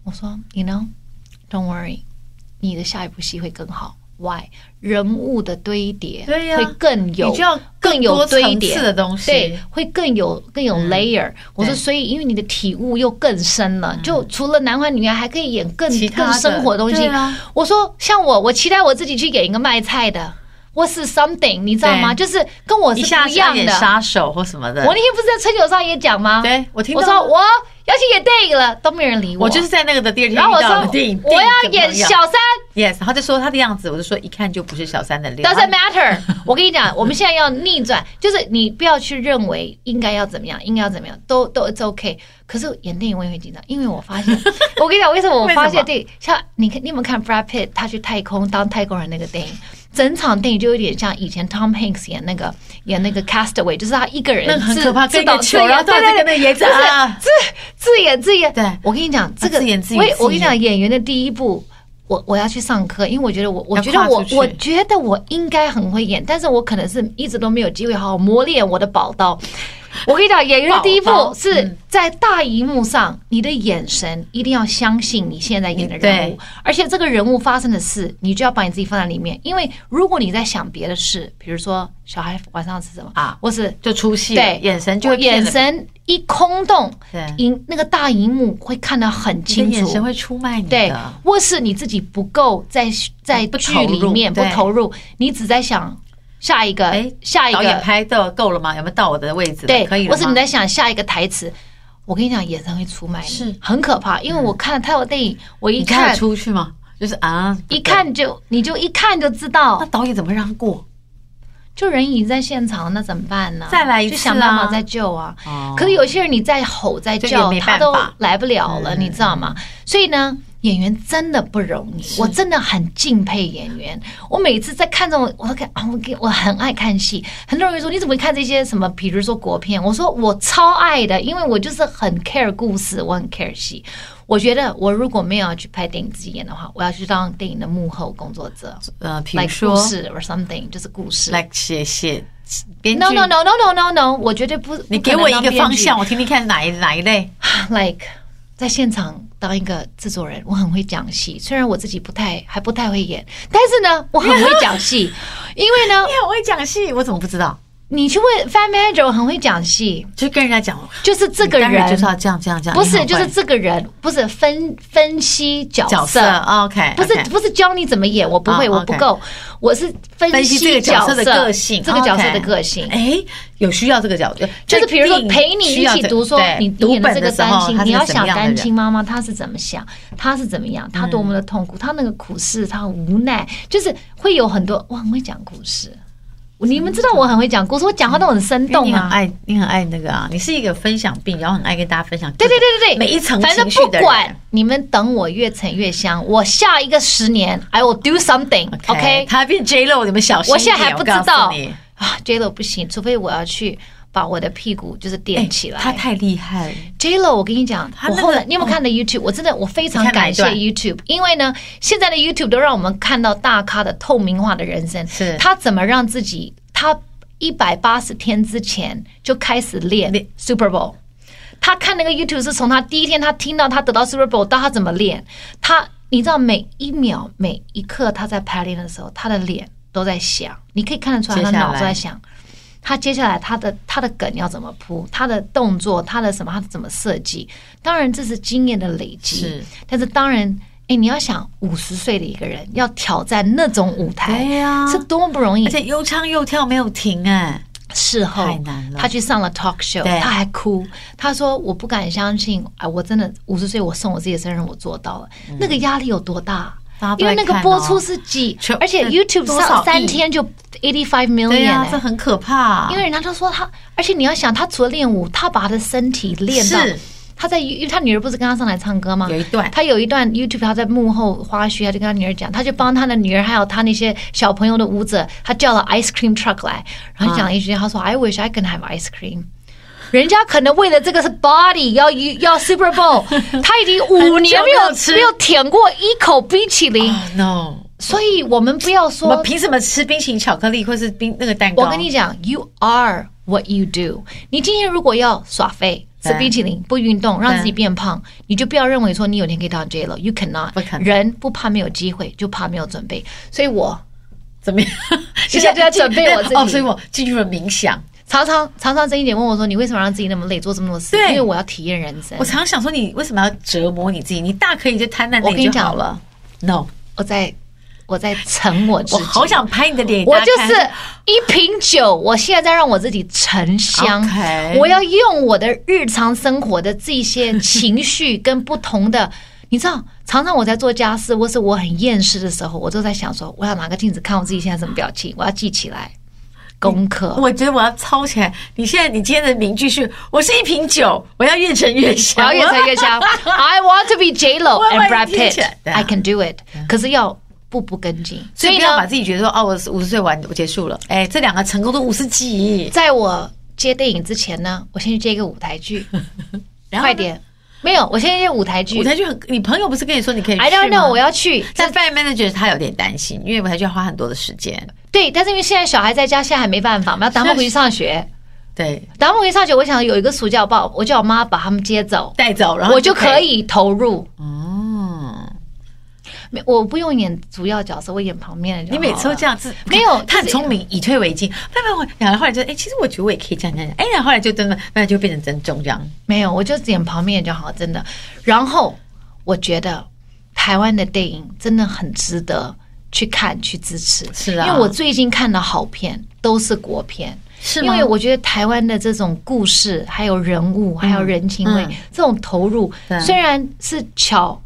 Speaker 2: 我说，you know，don't worry，你的下一部戏会更好。Why？人物的堆叠，
Speaker 1: 对呀
Speaker 2: 会更有，
Speaker 1: 你就要
Speaker 2: 更
Speaker 1: 多
Speaker 2: 有堆
Speaker 1: 层
Speaker 2: 叠
Speaker 1: 次的东西。嗯
Speaker 2: 对，会更有更有 layer、我
Speaker 1: 对嗯
Speaker 2: 说，所以因为你的体悟又更深了，就除了男欢女爱，还可以演更
Speaker 1: 其他的
Speaker 2: 更生活的东西。
Speaker 1: 对啊
Speaker 2: 我说，像我，我期待我自己去演一个卖菜的，或是 something，你知道吗？
Speaker 1: 对
Speaker 2: 就是跟我是
Speaker 1: 一下
Speaker 2: 不一
Speaker 1: 子要
Speaker 2: 样
Speaker 1: 演
Speaker 2: 的。
Speaker 1: 杀手或什么的
Speaker 2: 我那。天不是在春酒上也讲吗？
Speaker 1: 对我听到
Speaker 2: 我说我要去演电影了，都没人理我。
Speaker 1: 我就是在那个的第二天
Speaker 2: 然后
Speaker 1: 遇
Speaker 2: 我
Speaker 1: 到
Speaker 2: 说
Speaker 1: 的电影，
Speaker 2: 我要
Speaker 1: 电影
Speaker 2: 演
Speaker 1: 怎么样
Speaker 2: 小三。
Speaker 1: ，yes，他就说他的样子，我就说一看就不是小三的料。
Speaker 2: Doesn't matter 。我跟你讲，我们现在要逆转，就是你不要去认为应该要怎么样，应该要怎么样，都都 it's OK。可是演电影我也会紧张，因为我发 现，我跟你讲为什么我
Speaker 1: 为什么
Speaker 2: 发现电影像你看，你有没有看 Brad Pitt 他去太空当太空人那个电影？整场电影就有点像以前 Tom Hanks 演那个演那个 Castaway，就是他一个人
Speaker 1: 那个很
Speaker 2: 自
Speaker 1: 可怕
Speaker 2: 自
Speaker 1: 跟一个
Speaker 2: 导
Speaker 1: 球
Speaker 2: 自演
Speaker 1: 然后突然
Speaker 2: 对对
Speaker 1: 间跟那个
Speaker 2: 对
Speaker 1: 椰子
Speaker 2: 不是
Speaker 1: 啊
Speaker 2: 自自演自演。
Speaker 1: 对啊
Speaker 2: 我跟你讲，这个
Speaker 1: 自言自语
Speaker 2: 我也我跟
Speaker 1: 自
Speaker 2: 你
Speaker 1: 言
Speaker 2: 讲，演员的第一步，我我要去上课，因为我觉得我我
Speaker 1: 要
Speaker 2: 觉得
Speaker 1: 跨
Speaker 2: 我
Speaker 1: 出去
Speaker 2: 我觉得我应该很会演，但是我可能是一直都没有机会好好磨练我的宝刀。我跟你讲，演员的第一步
Speaker 1: 宝刀嗯
Speaker 2: 是在大荧幕上，你的眼神一定要相信你现在演的人
Speaker 1: 对
Speaker 2: 物，而且这个人物发生的事，你就要把你自己放在里面。因为如果你在想别的事，比如说小孩晚上吃什么
Speaker 1: 啊
Speaker 2: 或是
Speaker 1: 就出戏了，
Speaker 2: 对
Speaker 1: 眼神就会骗
Speaker 2: 眼
Speaker 1: 了
Speaker 2: 神一空洞
Speaker 1: 对，
Speaker 2: 荧那个大荧幕会看得很
Speaker 1: 你的
Speaker 2: 清楚，
Speaker 1: 眼神会出卖你
Speaker 2: 对
Speaker 1: 的。，
Speaker 2: 或是你自己不够在在
Speaker 1: 不
Speaker 2: 剧
Speaker 1: 投
Speaker 2: 里
Speaker 1: 入
Speaker 2: 面不
Speaker 1: 对
Speaker 2: 投入，你只在想下一个
Speaker 1: 哎，
Speaker 2: 下一
Speaker 1: 导演
Speaker 2: 个
Speaker 1: 拍到够了吗？有没有到我的位置了？
Speaker 2: 对
Speaker 1: 可以，了
Speaker 2: 或
Speaker 1: 吗？
Speaker 2: 是你在想下一个台词。我跟你讲，眼神会出卖你，
Speaker 1: 是嗯
Speaker 2: 很可怕。因为我看了泰国电影，我一
Speaker 1: 你看
Speaker 2: 看
Speaker 1: 得出去吗？就是啊，不对
Speaker 2: 一看就你就一看就知
Speaker 1: 那
Speaker 2: 道，
Speaker 1: 导演怎么让他过？
Speaker 2: 就人已经在现场，那怎么办呢？
Speaker 1: 再来一
Speaker 2: 就
Speaker 1: 次
Speaker 2: 想办法
Speaker 1: 啊
Speaker 2: 再救啊。
Speaker 1: 哦
Speaker 2: 可是有些人你再吼再
Speaker 1: 这
Speaker 2: 叫
Speaker 1: 也没，
Speaker 2: 他
Speaker 1: 办
Speaker 2: 都
Speaker 1: 法嗯
Speaker 2: 来不了了，你知道吗？所以呢，演员真的不容易，我真的很敬佩演员。我每次在看这种，我都看，啊我给我很爱看戏。很多人会说你怎么会看这些什么，比如说国片？我说我超爱的，因为我就是很 care 故事，我很 care 戏。我觉得我如果没有要去拍电影自己演的话，我要去当电影的幕后工作者
Speaker 1: 呃，比如
Speaker 2: ，like
Speaker 1: 说
Speaker 2: 故事 or something，就是故事。
Speaker 1: ，like 写写编剧
Speaker 2: No no no no no no no，我绝对不。
Speaker 1: 你
Speaker 2: 不可
Speaker 1: 给
Speaker 2: 能
Speaker 1: 我一
Speaker 2: 当
Speaker 1: 个
Speaker 2: 编
Speaker 1: 方
Speaker 2: 剧
Speaker 1: 向，我听听看哪一哪一类。
Speaker 2: like 在现场当一个制作人，我很会讲戏，虽然我自己不太还不太会演，但是呢，我很会 讲戏，因为呢
Speaker 1: 你，很会讲戏，哎我怎么不知道？
Speaker 2: 你去问 fan manager，我很会讲戏，
Speaker 1: 就跟人家讲，
Speaker 2: 就是这个
Speaker 1: 你当然
Speaker 2: 人
Speaker 1: 就是要这样这样这样，
Speaker 2: 不
Speaker 1: 你
Speaker 2: 是
Speaker 1: 很
Speaker 2: 就
Speaker 1: 会
Speaker 2: 是这个人，不是分分析角
Speaker 1: 角色。OK，
Speaker 2: 不是不是教你怎么演，我不会，
Speaker 1: 哦
Speaker 2: 我不够，我是分
Speaker 1: 分析这个角
Speaker 2: 角
Speaker 1: 色的个性，
Speaker 2: 这个角色
Speaker 1: OK
Speaker 2: 的个性。
Speaker 1: 哎，有需要这个角色，
Speaker 2: 就是比如说
Speaker 1: 在电影
Speaker 2: 陪你一起读，
Speaker 1: 需要
Speaker 2: 说
Speaker 1: 这
Speaker 2: 你
Speaker 1: 对读
Speaker 2: 演的
Speaker 1: 本
Speaker 2: 这个
Speaker 1: 时
Speaker 2: 单
Speaker 1: 候
Speaker 2: 亲，
Speaker 1: 他
Speaker 2: 你
Speaker 1: 是
Speaker 2: 要
Speaker 1: 什么
Speaker 2: 想
Speaker 1: 样的
Speaker 2: 单
Speaker 1: 人嗯
Speaker 2: 亲妈妈她是怎么想，她是怎么样，她多么的痛苦，她那个苦事，她无奈，就是会有很多。我很会讲故事，你们知道我很会讲故事，我讲话都很生
Speaker 1: 因为
Speaker 2: 动
Speaker 1: 你很
Speaker 2: 啊。
Speaker 1: 爱，你很爱那个啊，你是一个分享病，然后很爱跟大家分享。
Speaker 2: 对对对对对，
Speaker 1: 每一层
Speaker 2: 反正
Speaker 1: 情绪
Speaker 2: 不
Speaker 1: 的人
Speaker 2: 管你们等我越沉越香，我下一个十年 I will do something，OK？
Speaker 1: 他变 J Lo，你们小心一点。啊
Speaker 2: 我现在还不知
Speaker 1: 我告
Speaker 2: 道
Speaker 1: 诉你
Speaker 2: 啊，J Lo 不行，除非我要去把我的屁股就是
Speaker 1: 哎
Speaker 2: 垫起来。
Speaker 1: 他太厉害了。
Speaker 2: J Lo，我跟你讲，
Speaker 1: 他
Speaker 2: 我
Speaker 1: 那个哦
Speaker 2: 后来你有没有看到 YouTube？、我真的我非常感谢
Speaker 1: 你看哪
Speaker 2: YouTube，因为呢，现在的 YouTube 都让我们看到大咖的透明化的人生，
Speaker 1: 是
Speaker 2: 他怎么让自己他一百八十天之前就开始练
Speaker 1: 练
Speaker 2: Super Bowl。他看那个 YouTube 是从他第一天他听到他得到 Super Bowl 到他怎么练，他你知道每一秒每一刻他在排练的时候，他的脸都在想，你可以看得出来
Speaker 1: 接
Speaker 2: 他
Speaker 1: 下来
Speaker 2: 脑子在想，他接下来他的他的梗要怎么铺，他的动作，他的什么，他怎么设计？当然这是经验的累积，
Speaker 1: 是
Speaker 2: 但是当然，哎，你要想五十岁的一个人要挑战那种舞台，
Speaker 1: 对呀
Speaker 2: 是多么不容易
Speaker 1: 而。且又唱又跳没有停哎、
Speaker 2: 事后
Speaker 1: 太难了
Speaker 2: 他去上了 talk show，
Speaker 1: 对
Speaker 2: 他还哭，他说我不敢相信，哎，我真的五十岁，我送我自己的生日，我做到了，那个压力有多大
Speaker 1: 嗯大家？都
Speaker 2: 因为
Speaker 1: 在
Speaker 2: 那个
Speaker 1: 看哦
Speaker 2: 播出是几
Speaker 1: 全，
Speaker 2: 而且
Speaker 1: 那
Speaker 2: YouTube
Speaker 1: 多少
Speaker 2: 上三
Speaker 1: 亿
Speaker 2: 天就 eighty five million，
Speaker 1: 对呀、
Speaker 2: 哎
Speaker 1: 这很可怕。
Speaker 2: 因为人家都说他，而且你要想，他除了练舞，他把他的身体练到
Speaker 1: 是。
Speaker 2: 他在，因为他女儿不是跟他上来唱歌吗？
Speaker 1: 有一段
Speaker 2: 他有一段 YouTube，他在幕后花絮，他就跟他女儿讲，他就帮他的女儿还有他那些小朋友的舞者，他叫了 ice cream truck 来，然后讲了一句，他说
Speaker 1: 啊
Speaker 2: I wish I can have ice cream。人家可能为了这个是 body 要要 Super Bowl，他已经五年没
Speaker 1: 很久没有
Speaker 2: 有
Speaker 1: 吃
Speaker 2: 没有舔过一口冰淇淋，
Speaker 1: 啊 no，
Speaker 2: 所以我们不要
Speaker 1: 我
Speaker 2: 说
Speaker 1: 们凭什么吃冰淇淋、巧克力或是冰那个蛋糕？
Speaker 2: 我跟你讲，You are what you do。你今天如果要耍废。吃
Speaker 1: 对
Speaker 2: 冰淇淋不运动，让自己变胖，你就不要认为说你有天可以到 J 了，You cannot。
Speaker 1: 不可能
Speaker 2: 人不怕没有机会，就怕没有准备。所以我
Speaker 1: 怎么样？
Speaker 2: 现在就在准备我自己
Speaker 1: 哦，所以我进入了冥想。
Speaker 2: 常常常常曾一姐问我说：“你为什么让自己那么累，做这么多事？”
Speaker 1: 对
Speaker 2: 因为我要体验人生
Speaker 1: 我。常想说，你为什么要折磨你自己？你大可以就瘫在那
Speaker 2: 我跟
Speaker 1: 里
Speaker 2: 你
Speaker 1: 就好
Speaker 2: 讲
Speaker 1: 了。No，
Speaker 2: 我在我在沉我自
Speaker 1: 我
Speaker 2: 己。
Speaker 1: 好想拍你的脸。
Speaker 2: 我
Speaker 1: 大
Speaker 2: 就
Speaker 1: 家看
Speaker 2: 是一瓶酒，我现在在让我自己沉香
Speaker 1: OK
Speaker 2: 我要用我的日常生活的这些情绪跟不同的， 你知道，常常我在做家事或是我很厌世的时候，我都在想说，我要拿个镜子看我自己现在什么表情，我要记起来功课。
Speaker 1: 嗯我觉得我要抄起来。你现在你今天的名句是：我是一瓶酒，我要越陈越
Speaker 2: 我
Speaker 1: 香，
Speaker 2: 要越沉 越香。I want to be J Lo
Speaker 1: 我要
Speaker 2: and
Speaker 1: 把
Speaker 2: Brad
Speaker 1: 你听起来
Speaker 2: Pitt.
Speaker 1: 对啊
Speaker 2: I can do it. 可是要步步跟进，
Speaker 1: 所以不
Speaker 2: 呢
Speaker 1: 要把自己觉得说哦，我五十岁完我结束了。哎，这两个成功都五十几，
Speaker 2: 在我接电影之前呢，我先去接一个舞台剧，
Speaker 1: 然后呢
Speaker 2: 快点。没有，我现在接舞台剧
Speaker 1: 舞。台剧很。你朋友不哎是跟你说你可以去吗
Speaker 2: I don't know，我要去。
Speaker 1: 但 Fan Manager 他有点担心，因为舞台剧要花很多的时间。
Speaker 2: 对，但是因为现在小孩在家，现在还没办法，我们要打他们回去 上学。
Speaker 1: 对，
Speaker 2: 打他们回去上学，我想有一个暑假，我爸我叫我妈把他们接走，
Speaker 1: 带走，然后
Speaker 2: 我就
Speaker 1: 可
Speaker 2: 可。以投入。
Speaker 1: 哦，
Speaker 2: 没，我不用演主要角色，我演旁边的就
Speaker 1: 你
Speaker 2: 好了。
Speaker 1: 每次都这样子，
Speaker 2: 没有
Speaker 1: 他
Speaker 2: 就
Speaker 1: 很
Speaker 2: 是
Speaker 1: 聪明，以退为进。慢慢会，然后后来就哎，其实我觉得我也可以这样这样。这样哎，然后后来就真的，慢慢就变成真中央。
Speaker 2: 没有，我就演旁边就好，真的。然后我觉得台湾的电影真的很值得去看、去支持。
Speaker 1: 是啊
Speaker 2: 因为我最近看的好片都是国片。
Speaker 1: 是
Speaker 2: 因为我觉得台湾的这种故事，还有人物，还有人情味，
Speaker 1: 嗯
Speaker 2: 这种投入
Speaker 1: 对
Speaker 2: 虽然是巧。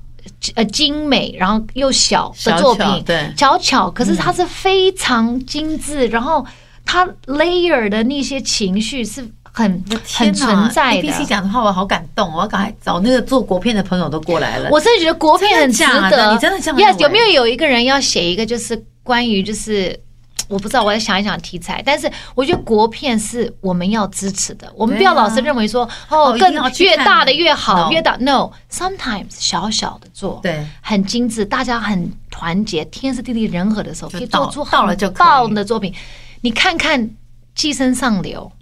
Speaker 2: 呃，精美，然后又小的
Speaker 1: 小
Speaker 2: 作品
Speaker 1: 巧，对
Speaker 2: 小巧，可是它是非常精致，然后它 layer 的那些情绪是很很存在
Speaker 1: A
Speaker 2: 的
Speaker 1: B。C 讲的话，我好感动，我要赶快找那个做国片的朋友都过来了。
Speaker 2: 我真的觉得国片很值
Speaker 1: 真的假
Speaker 2: 得。
Speaker 1: 的你真的这样
Speaker 2: y
Speaker 1: 认
Speaker 2: e
Speaker 1: 为
Speaker 2: s 有没有有一个人要写一个就是关于就是？我不知道，我要想一想题材，但是我觉得国片是我们要支持的，我们不要
Speaker 1: 对啊
Speaker 2: 老是认为说、
Speaker 1: 哦
Speaker 2: 哦，
Speaker 1: 一
Speaker 2: 更
Speaker 1: 定要去
Speaker 2: 越
Speaker 1: 看
Speaker 2: 大的越好，
Speaker 1: No
Speaker 2: 越大 no，sometimes 小小的做，
Speaker 1: 对，
Speaker 2: 很精致，大家很团结，天时地利人和的时候，
Speaker 1: 就
Speaker 2: 可以
Speaker 1: 到
Speaker 2: 做出
Speaker 1: 到了
Speaker 2: 很
Speaker 1: 就可以
Speaker 2: 棒的作品。你看看《寄生上流》，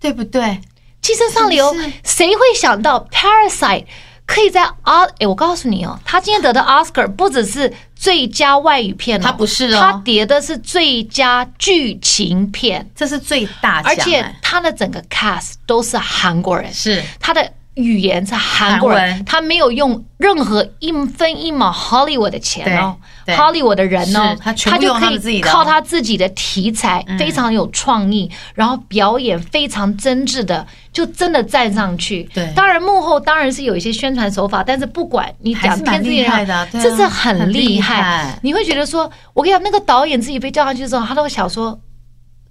Speaker 1: 对不对？
Speaker 2: 寄生上流
Speaker 1: 是不是，
Speaker 2: 谁会想到 Parasite 可以在奥？哎，我告诉你哦，他今天得的 Oscar 不只是最佳外语片哦，
Speaker 1: 他不是哦
Speaker 2: 他得的是最佳剧情片，
Speaker 1: 这是最大奖、
Speaker 2: 而
Speaker 1: 哎
Speaker 2: 且他的整个 cast 都是韩国人，
Speaker 1: 是
Speaker 2: 他的语言是韩国
Speaker 1: 韩
Speaker 2: 人，
Speaker 1: 文
Speaker 2: 他没有用任何一分一毛 Hollywood 的钱哦
Speaker 1: 对对
Speaker 2: ，Hollywood 的人哦
Speaker 1: 是，嗯他全
Speaker 2: 他
Speaker 1: 部
Speaker 2: 就
Speaker 1: 用他
Speaker 2: 可
Speaker 1: 们自
Speaker 2: 以
Speaker 1: 己的哦
Speaker 2: 靠他自己的题材，非常有创意，然后表演非常真挚的，就真的站上去。
Speaker 1: 对
Speaker 2: 当然幕后当然是有一些宣传手法，但是不管你
Speaker 1: 还
Speaker 2: 讲
Speaker 1: 是蛮
Speaker 2: 天之
Speaker 1: 厉害的啊对啊
Speaker 2: 这是很
Speaker 1: 很
Speaker 2: 厉
Speaker 1: 厉
Speaker 2: 害
Speaker 1: 害。
Speaker 2: 你会觉得说，我跟你讲，那个导演自己被叫上去之后，他都会想说，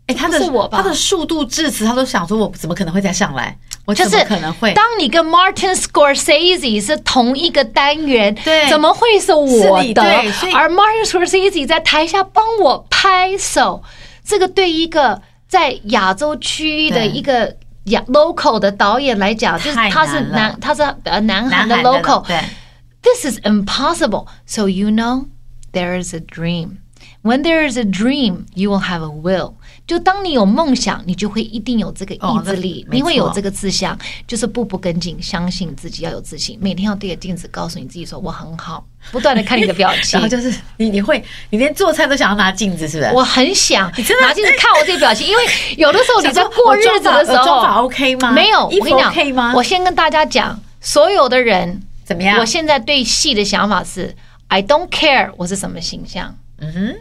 Speaker 1: 哎，他的
Speaker 2: 不是我吧
Speaker 1: 他的速度致辞，他都想说，我怎么可能会再上来？我
Speaker 2: 就
Speaker 1: 怎
Speaker 2: 是
Speaker 1: 么可能会？
Speaker 2: 当你跟 Martin Scorsese 是同一个单元，
Speaker 1: 对
Speaker 2: 怎么会是我
Speaker 1: 是你
Speaker 2: 的
Speaker 1: 对所以？
Speaker 2: 而 Martin Scorsese 在台下帮我拍手，这个对一个在亚洲区域的
Speaker 1: 对
Speaker 2: 一个亚 local 的导演来讲，就是
Speaker 1: 太
Speaker 2: 他是
Speaker 1: 难了
Speaker 2: 南他是呃南韩
Speaker 1: 南
Speaker 2: 的
Speaker 1: 韩
Speaker 2: local，
Speaker 1: 对，
Speaker 2: This is impossible. So you know there is a dream. When there is a dream, you will have a will. 就当你有梦想，你就会一定有这个意志力
Speaker 1: 哦，那没
Speaker 2: 你会
Speaker 1: 错
Speaker 2: 有这个志向，就是步步跟进，相信自己要有自信，每天要对着镜子告诉你自己说我很好，不断的看你的表情
Speaker 1: 然后。就是你你会你连做菜都想要拿镜子，是不是？
Speaker 2: 我 很想
Speaker 1: 真的
Speaker 2: 拿镜子看我自己表情，因为有的时候你
Speaker 1: 想
Speaker 2: 在
Speaker 1: 说
Speaker 2: 过日子的时
Speaker 1: 我妆
Speaker 2: 候
Speaker 1: 法，OK 吗？
Speaker 2: 没有，我
Speaker 1: 衣
Speaker 2: 跟
Speaker 1: 服
Speaker 2: 你讲
Speaker 1: OK 吗？
Speaker 2: 我先跟大家讲，所有的人
Speaker 1: 怎么样？
Speaker 2: 我现在对戏的想法是，I don't care 我是什么形象。
Speaker 1: 嗯哼，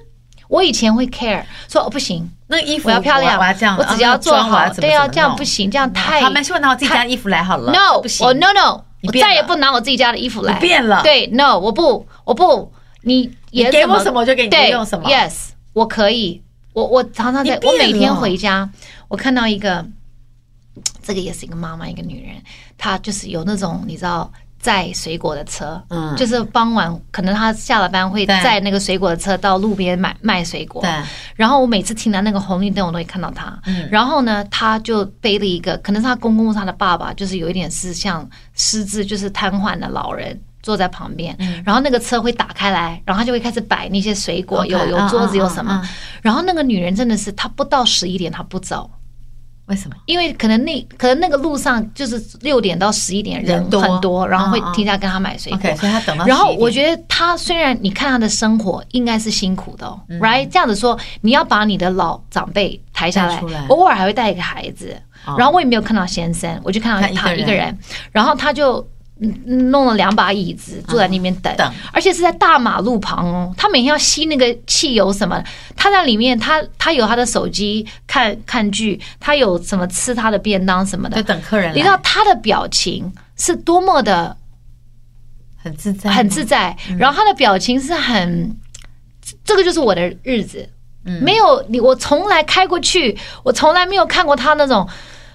Speaker 2: 我以前会 care，说哦不行，
Speaker 1: 那衣服
Speaker 2: 我要漂亮，
Speaker 1: 我要这样，
Speaker 2: 只要做好，对
Speaker 1: 啊，
Speaker 2: 啊，这样不行，这样太
Speaker 1: 好，没事，我拿我自己家的衣服来好了。
Speaker 2: no，
Speaker 1: 不行
Speaker 2: 我 no no，
Speaker 1: 你
Speaker 2: 我
Speaker 1: 变了
Speaker 2: 再也不拿我自己家的衣服来，
Speaker 1: 你变了
Speaker 2: 对，no，我不，我不，你也
Speaker 1: 你给我什么我就给你我用什么
Speaker 2: ，yes，我可以，我我常常在
Speaker 1: 你，变
Speaker 2: 我
Speaker 1: 了
Speaker 2: 每天回家，我看到一个，这个也是一个妈妈，一个女人，她就是有那种你知道。载水果的车，
Speaker 1: 嗯
Speaker 2: 就是傍晚，可能她下了班会
Speaker 1: 对
Speaker 2: 载那个水果的车到路边买卖水果。
Speaker 1: 对
Speaker 2: 然后我每次停在那个红绿灯，我都会看到他。
Speaker 1: 嗯
Speaker 2: 然后呢，他就背了一个，可能是他公公或是他的爸爸，就是有一点是像失智，就是瘫痪的老人。坐在旁边，
Speaker 1: 嗯
Speaker 2: 然后那个车会打开来，然后他就会开始摆那些水果
Speaker 1: OK，
Speaker 2: 有有
Speaker 1: 嗯
Speaker 2: 桌子
Speaker 1: 嗯
Speaker 2: 有
Speaker 1: 嗯
Speaker 2: 什么。然后那个女人真的是，她不到十一点她不走，
Speaker 1: 为什么？
Speaker 2: 因为可能那可能那个路上就是六点到十一点人
Speaker 1: 人多
Speaker 2: 很多，然后会
Speaker 1: 嗯嗯
Speaker 2: 停下来跟她买水果。
Speaker 1: OK，所以他等到
Speaker 2: 然后
Speaker 1: 11
Speaker 2: 我觉得他虽然你看他的生活应该是辛苦的、哦
Speaker 1: 嗯
Speaker 2: r i g h t 这样子说，你要把你的老长辈抬下
Speaker 1: 带
Speaker 2: 来
Speaker 1: 出来，
Speaker 2: 偶尔还会带一个孩子。
Speaker 1: 哦
Speaker 2: 然后我也没有看到先生，我就看到
Speaker 1: 看一
Speaker 2: 他
Speaker 1: 个人
Speaker 2: 一个人，然后他就嗯弄了两把椅子坐在那边等，
Speaker 1: 啊等
Speaker 2: 而且是在大马路旁哦。他每天要吸那个汽油什么，他在里面，他他有他的手机看看剧，他有什么吃他的便当什么
Speaker 1: 在
Speaker 2: 的，
Speaker 1: 等客人来，
Speaker 2: 你知道他的表情是多么的。
Speaker 1: 很自在吗，
Speaker 2: 很自在，
Speaker 1: 嗯
Speaker 2: 然后他的表情是很，这个就是我的日子，
Speaker 1: 嗯
Speaker 2: 没有你，我从来开过去，我从来没有看过他那种，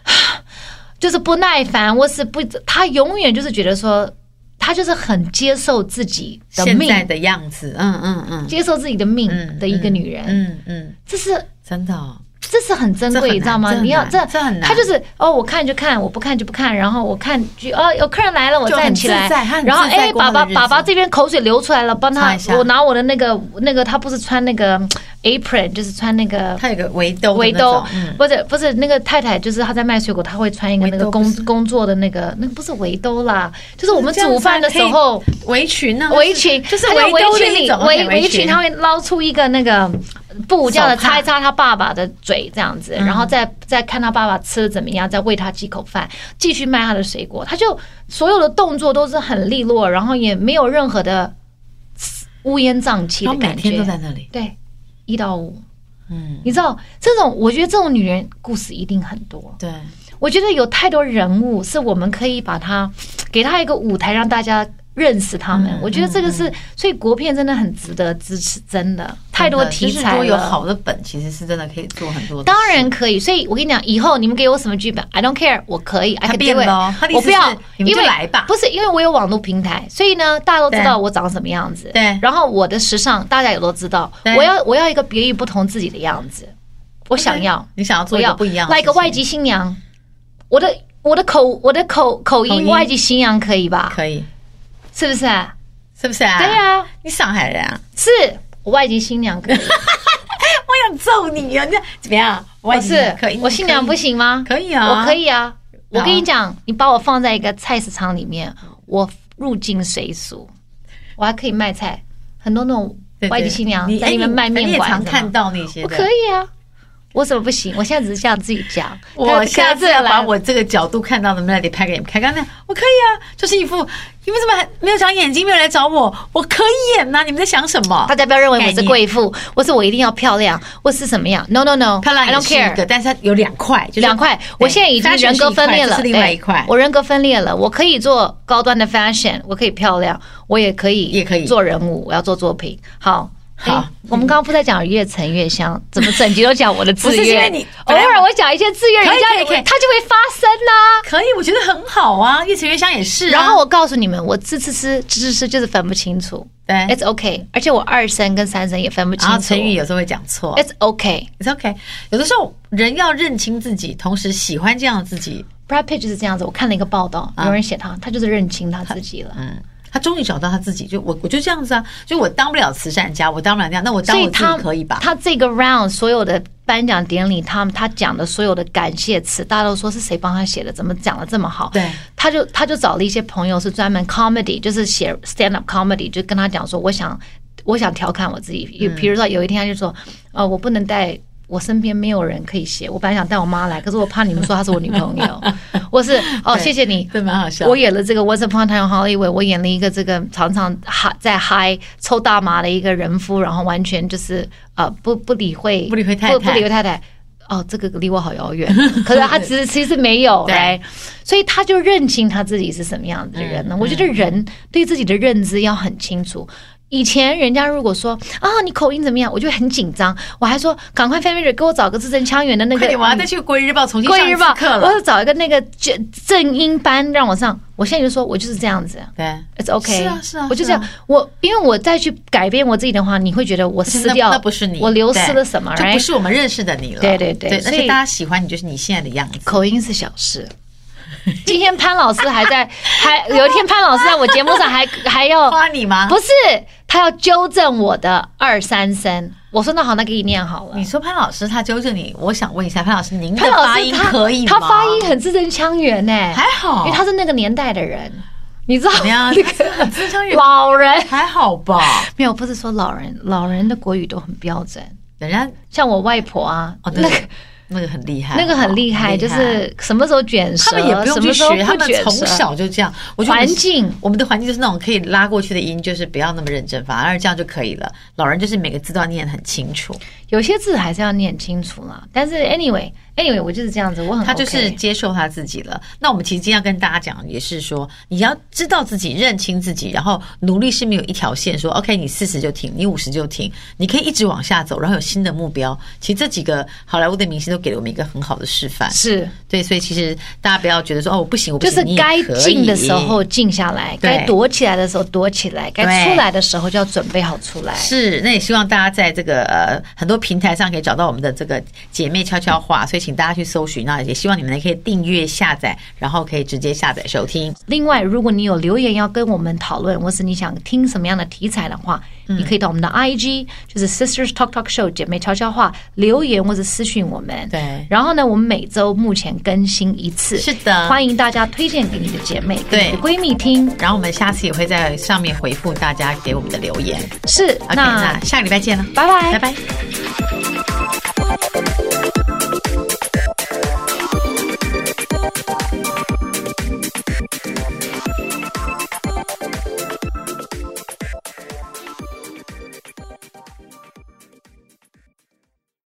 Speaker 2: 就是不耐烦，或是不，他永远就是觉得说，他就是很接受自己的
Speaker 1: 嗯现
Speaker 2: 命，
Speaker 1: 在的样子，嗯嗯嗯
Speaker 2: 接受自己的命
Speaker 1: 嗯
Speaker 2: 的一个女人，
Speaker 1: 嗯嗯，
Speaker 2: 这是
Speaker 1: 真的哦，
Speaker 2: 这是很珍
Speaker 1: 这很难
Speaker 2: 贵，你知道吗
Speaker 1: 这？很
Speaker 2: 你要
Speaker 1: 难
Speaker 2: 这
Speaker 1: 这很难
Speaker 2: 他就是哦，我看就看，我不看就不看，然后我看就哦，有客人来了，我
Speaker 1: 就很
Speaker 2: 站起来
Speaker 1: 自在他很，
Speaker 2: 然后
Speaker 1: 自在
Speaker 2: 哎，
Speaker 1: 过
Speaker 2: 爸
Speaker 1: 他的
Speaker 2: 爸
Speaker 1: 日子
Speaker 2: 爸爸这边口水流出来了，帮
Speaker 1: 擦
Speaker 2: 他
Speaker 1: 一下，
Speaker 2: 我拿我的那个那个，他不是穿那个 apron，就是穿那个。
Speaker 1: 他有个围兜的
Speaker 2: 围
Speaker 1: 那
Speaker 2: 兜
Speaker 1: 种嗯，
Speaker 2: 不是不是那个太太，就是她在卖水果，她会穿一个那个
Speaker 1: 围兜
Speaker 2: 工
Speaker 1: 不是
Speaker 2: 工作的那个，那个不是围兜啦，就是我们
Speaker 1: 这样子啊
Speaker 2: 煮饭的时候，
Speaker 1: 还可以围裙呢，
Speaker 2: 围裙，
Speaker 1: 就是
Speaker 2: 她在围
Speaker 1: 兜的
Speaker 2: 裙
Speaker 1: 一
Speaker 2: 里
Speaker 1: 种
Speaker 2: 围
Speaker 1: OK，
Speaker 2: 围裙，
Speaker 1: 裙，
Speaker 2: 她会捞出一个那个布，这样的
Speaker 1: 手帕嗯
Speaker 2: 擦一擦他爸爸的嘴，这样子，然后再再看他爸爸吃的怎么样，再喂他几口饭，继续卖他的水果。他就所有的动作都是很利落，然后也没有任何的乌烟瘴气
Speaker 1: 然后
Speaker 2: 的
Speaker 1: 每
Speaker 2: 感
Speaker 1: 天
Speaker 2: 觉
Speaker 1: 都。在那里，
Speaker 2: 对，一到五，
Speaker 1: 嗯，
Speaker 2: 你知道这种，我觉得这种女人故事一定很多。
Speaker 1: 对，
Speaker 2: 我觉得有太多人物是我们可以把她给她一个舞台，让大家认识他
Speaker 1: 嗯
Speaker 2: 们。我觉得这个是，所以国片真的很值得支持，真的太多
Speaker 1: 真的
Speaker 2: 题
Speaker 1: 就是
Speaker 2: 材
Speaker 1: 如果
Speaker 2: 了。
Speaker 1: 有好的嗯本，其实是真的可以做很多的事。
Speaker 2: 当然可以，所以我跟你讲，以后你们给我什么剧本，I don't care，我可以
Speaker 1: 他
Speaker 2: ，I can do
Speaker 1: 变
Speaker 2: it
Speaker 1: 了哦他的意
Speaker 2: 我
Speaker 1: 思
Speaker 2: 不要
Speaker 1: 是，你们
Speaker 2: 因
Speaker 1: 就
Speaker 2: 为
Speaker 1: 来吧
Speaker 2: 不是因为我有网络平台，所以呢，大家都知道
Speaker 1: 对
Speaker 2: 我长什么样子，
Speaker 1: 对
Speaker 2: 然后我的时尚大家也都知道，
Speaker 1: 对
Speaker 2: 我要我要一个别于不同自己的样子，我想要，
Speaker 1: 你想要做
Speaker 2: 我
Speaker 1: 一个
Speaker 2: 要
Speaker 1: 不一样的
Speaker 2: 来
Speaker 1: 事情，
Speaker 2: 一个外籍新娘，我的我的口我的口口
Speaker 1: 口
Speaker 2: 音
Speaker 1: 音
Speaker 2: 外籍新娘可以吧？
Speaker 1: 可以，
Speaker 2: 是不是啊？
Speaker 1: 是不是啊？
Speaker 2: 对，啊，
Speaker 1: 你上海人啊，
Speaker 2: 是我外籍新娘可以，
Speaker 1: 我想揍你啊！你怎么样？
Speaker 2: 我
Speaker 1: 外籍
Speaker 2: 是
Speaker 1: 可以，
Speaker 2: 我新娘不行吗？
Speaker 1: 可以啊，
Speaker 2: 我可。以啊。我跟你讲，你把我放在一个菜市场里面，我入境随俗，我还可以卖菜，很多那种
Speaker 1: 对对
Speaker 2: 外籍新娘
Speaker 1: 你
Speaker 2: 在里面卖
Speaker 1: 你
Speaker 2: 面
Speaker 1: 也
Speaker 2: 馆什
Speaker 1: 常
Speaker 2: 么，
Speaker 1: 看到那些
Speaker 2: 我
Speaker 1: 的。
Speaker 2: 可以啊。我怎么不行？我现在只是这样自己讲。
Speaker 1: 我
Speaker 2: 但
Speaker 1: 下次要
Speaker 2: 来
Speaker 1: 把我这个角度看到的 melody 拍给你们看。刚才我可以啊，就是一副你们怎么还没有长眼睛，没有来找我，我可以演呐、你们在想什么
Speaker 2: 大？家不要认为我
Speaker 1: 概
Speaker 2: 是
Speaker 1: 念
Speaker 2: 贵妇，或是我一定要漂亮，或是怎么样？No No No，
Speaker 1: 漂亮
Speaker 2: I
Speaker 1: 也
Speaker 2: don't
Speaker 1: 是一
Speaker 2: care
Speaker 1: 个，。但是它有两块，就是
Speaker 2: 两块，我现在已经
Speaker 1: fashion
Speaker 2: 人格分裂了，
Speaker 1: 是一块这是另外
Speaker 2: 对
Speaker 1: 一块
Speaker 2: 我人格分裂了，我可以做高端的 fashion，我可以漂亮，我也可以
Speaker 1: 也可以
Speaker 2: 做人物，我要做作品。好，
Speaker 1: 好
Speaker 2: 诶我们刚刚不在讲越层越香，怎么整集都讲我的自
Speaker 1: 不是是因为
Speaker 2: 愿？
Speaker 1: 你
Speaker 2: 偶尔我讲一些自愿，
Speaker 1: 可以
Speaker 2: 人家
Speaker 1: 可以
Speaker 2: 也
Speaker 1: 可以
Speaker 2: 他就会发生呐、
Speaker 1: 可以，我觉得很好啊，越吃越香也是、啊。
Speaker 2: 然后我告诉你们，我吃吃吃吃吃吃就是分不清楚
Speaker 1: 对
Speaker 2: ，It's OK。而且我二声跟三声也分不清
Speaker 1: 然后
Speaker 2: 楚。
Speaker 1: 哎啊成语有时候会讲错
Speaker 2: It's OK。
Speaker 1: ，It's OK。有的时候人要认清自己，同时喜欢这样的自己。
Speaker 2: Brad Pitt 就是这样子，我看了一个报道，有人写他，他就是认清他自己了，
Speaker 1: 啊嗯，他终于找到他自己，就我我就这样子啊，就我当不了慈善家，我当不了那样，那我
Speaker 2: 所
Speaker 1: 当
Speaker 2: 以
Speaker 1: 我自
Speaker 2: 他
Speaker 1: 己可以 吧？
Speaker 2: 他这个 round 所有的颁奖典礼，他们他讲的所有的感谢词，大家都说是谁帮他写的，怎么讲的这么好？
Speaker 1: 对，
Speaker 2: 他就他就找了一些朋友是专门 comedy，就是写 stand up comedy，就跟他讲说，我想我想调侃我自己，
Speaker 1: 嗯
Speaker 2: 有比如说有一天他就说，呃，我不能带。我身边没有人可以写，我本来想带我妈来，可是我怕你们说她是我女朋友，我是哦，
Speaker 1: 对
Speaker 2: 谢谢你，
Speaker 1: 这蛮好笑
Speaker 2: 我演了这个《Once Upon a Time in Hollywood》，我演了一个这个常常嗨在嗨抽大麻的一个人夫，然后完全就是呃不不理会
Speaker 1: 不理会太
Speaker 2: 不
Speaker 1: 太
Speaker 2: 不理会太太。哦，这个离我好遥 远。可是他其实其实没有，
Speaker 1: 对
Speaker 2: 对，所以他就认清他自己是什么样子的人
Speaker 1: 嗯
Speaker 2: 呢？我觉得人对自己的认知要很清楚。以前人家如果说啊你口音怎么样，我就很紧张，我还说赶快 family 给我找个字正腔圆的那个。
Speaker 1: 快点，我要再去《国语日报》重新
Speaker 2: 国
Speaker 1: 上
Speaker 2: 语
Speaker 1: 一
Speaker 2: 日
Speaker 1: 次
Speaker 2: 报
Speaker 1: 课，
Speaker 2: 我
Speaker 1: 了。
Speaker 2: 要找一个那个正正音班让我上。我现在就说，我就是这样子
Speaker 1: 对，
Speaker 2: ，It's OK。
Speaker 1: 是啊是啊
Speaker 2: 我就
Speaker 1: 是
Speaker 2: 这
Speaker 1: 啊
Speaker 2: 样。我因为我再去改变我自己的话，你会觉得我
Speaker 1: 其实
Speaker 2: 撕
Speaker 1: 那
Speaker 2: 掉，
Speaker 1: 那不是你，
Speaker 2: 我流失
Speaker 1: 对
Speaker 2: 了什么
Speaker 1: 就不
Speaker 2: ？Right？
Speaker 1: 是我们认识的你了。
Speaker 2: 对对对
Speaker 1: 而
Speaker 2: 所以
Speaker 1: 且大家喜欢你就是你现在的样子。
Speaker 2: 口音是小事。今天潘老师 还在，还有一天潘老师在我节目上还还要
Speaker 1: 夸你吗？
Speaker 2: 不是他要纠正我的二三声。我说那好，那给你念好了
Speaker 1: 你。说潘老师他纠正你，我想问一下潘老师，您的
Speaker 2: 潘老师
Speaker 1: 发音
Speaker 2: 他
Speaker 1: 可以吗？
Speaker 2: 他发音很字正腔圆呢、欸
Speaker 1: 还好，
Speaker 2: 因为他是那个年代的人，你知道
Speaker 1: 怎么样？
Speaker 2: 那
Speaker 1: 他是 很
Speaker 2: 个
Speaker 1: 自相远，
Speaker 2: 老人
Speaker 1: 还好吧？
Speaker 2: 没有，不是说老人，老人的国语都很标准。
Speaker 1: 人家
Speaker 2: 像我外婆啊，
Speaker 1: 哦，对
Speaker 2: 那个
Speaker 1: 那个很厉害，
Speaker 2: 那个很厉害，
Speaker 1: 好
Speaker 2: 就是什么时候卷舌，
Speaker 1: 他们也不用
Speaker 2: 什
Speaker 1: 去
Speaker 2: 么时候
Speaker 1: 学，他
Speaker 2: 不
Speaker 1: 们
Speaker 2: 卷
Speaker 1: 从
Speaker 2: 舌
Speaker 1: 小就这样。我觉得我
Speaker 2: 环
Speaker 1: 们
Speaker 2: 境。
Speaker 1: 我们的环境就是那种可以拉过去的音，就是不要那么认真，反而这样就可以了。老人就是每个字都要念得很清楚，
Speaker 2: 有些字还是要念清楚啦，但是 anyway anyway，我就是这样子，我很、OK、
Speaker 1: 他就是接受他自己了。那我们其实今天要跟大家讲，也是说你要知道自己，认清自己，然后努力是没有一条线，说 OK，你四十就停，你五十就停，你可以一直往下走，然后有新的目标。其实这几个好莱坞的明星都给了我们一个很好的示范，
Speaker 2: 是
Speaker 1: 对，所以其实大家不要觉得说哦，我不行，我不
Speaker 2: 就
Speaker 1: 行，
Speaker 2: 是
Speaker 1: 你也
Speaker 2: 该
Speaker 1: 可
Speaker 2: 静的
Speaker 1: 以
Speaker 2: 时候静下来，
Speaker 1: 对
Speaker 2: 该躲起来的时候躲起来，该
Speaker 1: 对
Speaker 2: 出来的时候就要准备好出来。
Speaker 1: 是，那也希望大家在这个呃很多平台上可以找到我们的这个姐妹悄悄话，所以请大家去搜寻，那也希望你们也可以订阅下载，然后可以直接下载收听。
Speaker 2: 另外，如果你有留言要跟我们讨论，或是你想听什么样的题材的话，
Speaker 1: 嗯
Speaker 2: 你可以到我们的 IG，就是 Sisters Talk Talk Show 姐妹悄悄话留言或者私讯我们。
Speaker 1: 对
Speaker 2: 然后呢，我们每周目前更新一次，
Speaker 1: 是的
Speaker 2: 欢迎大家推荐给你的姐妹、给
Speaker 1: 对
Speaker 2: 你的闺蜜听。
Speaker 1: 然后我们下次也会在上面回复大家给我们的留言。
Speaker 2: 是，
Speaker 1: OK，那下个礼拜见了，
Speaker 2: 拜拜
Speaker 1: 拜拜。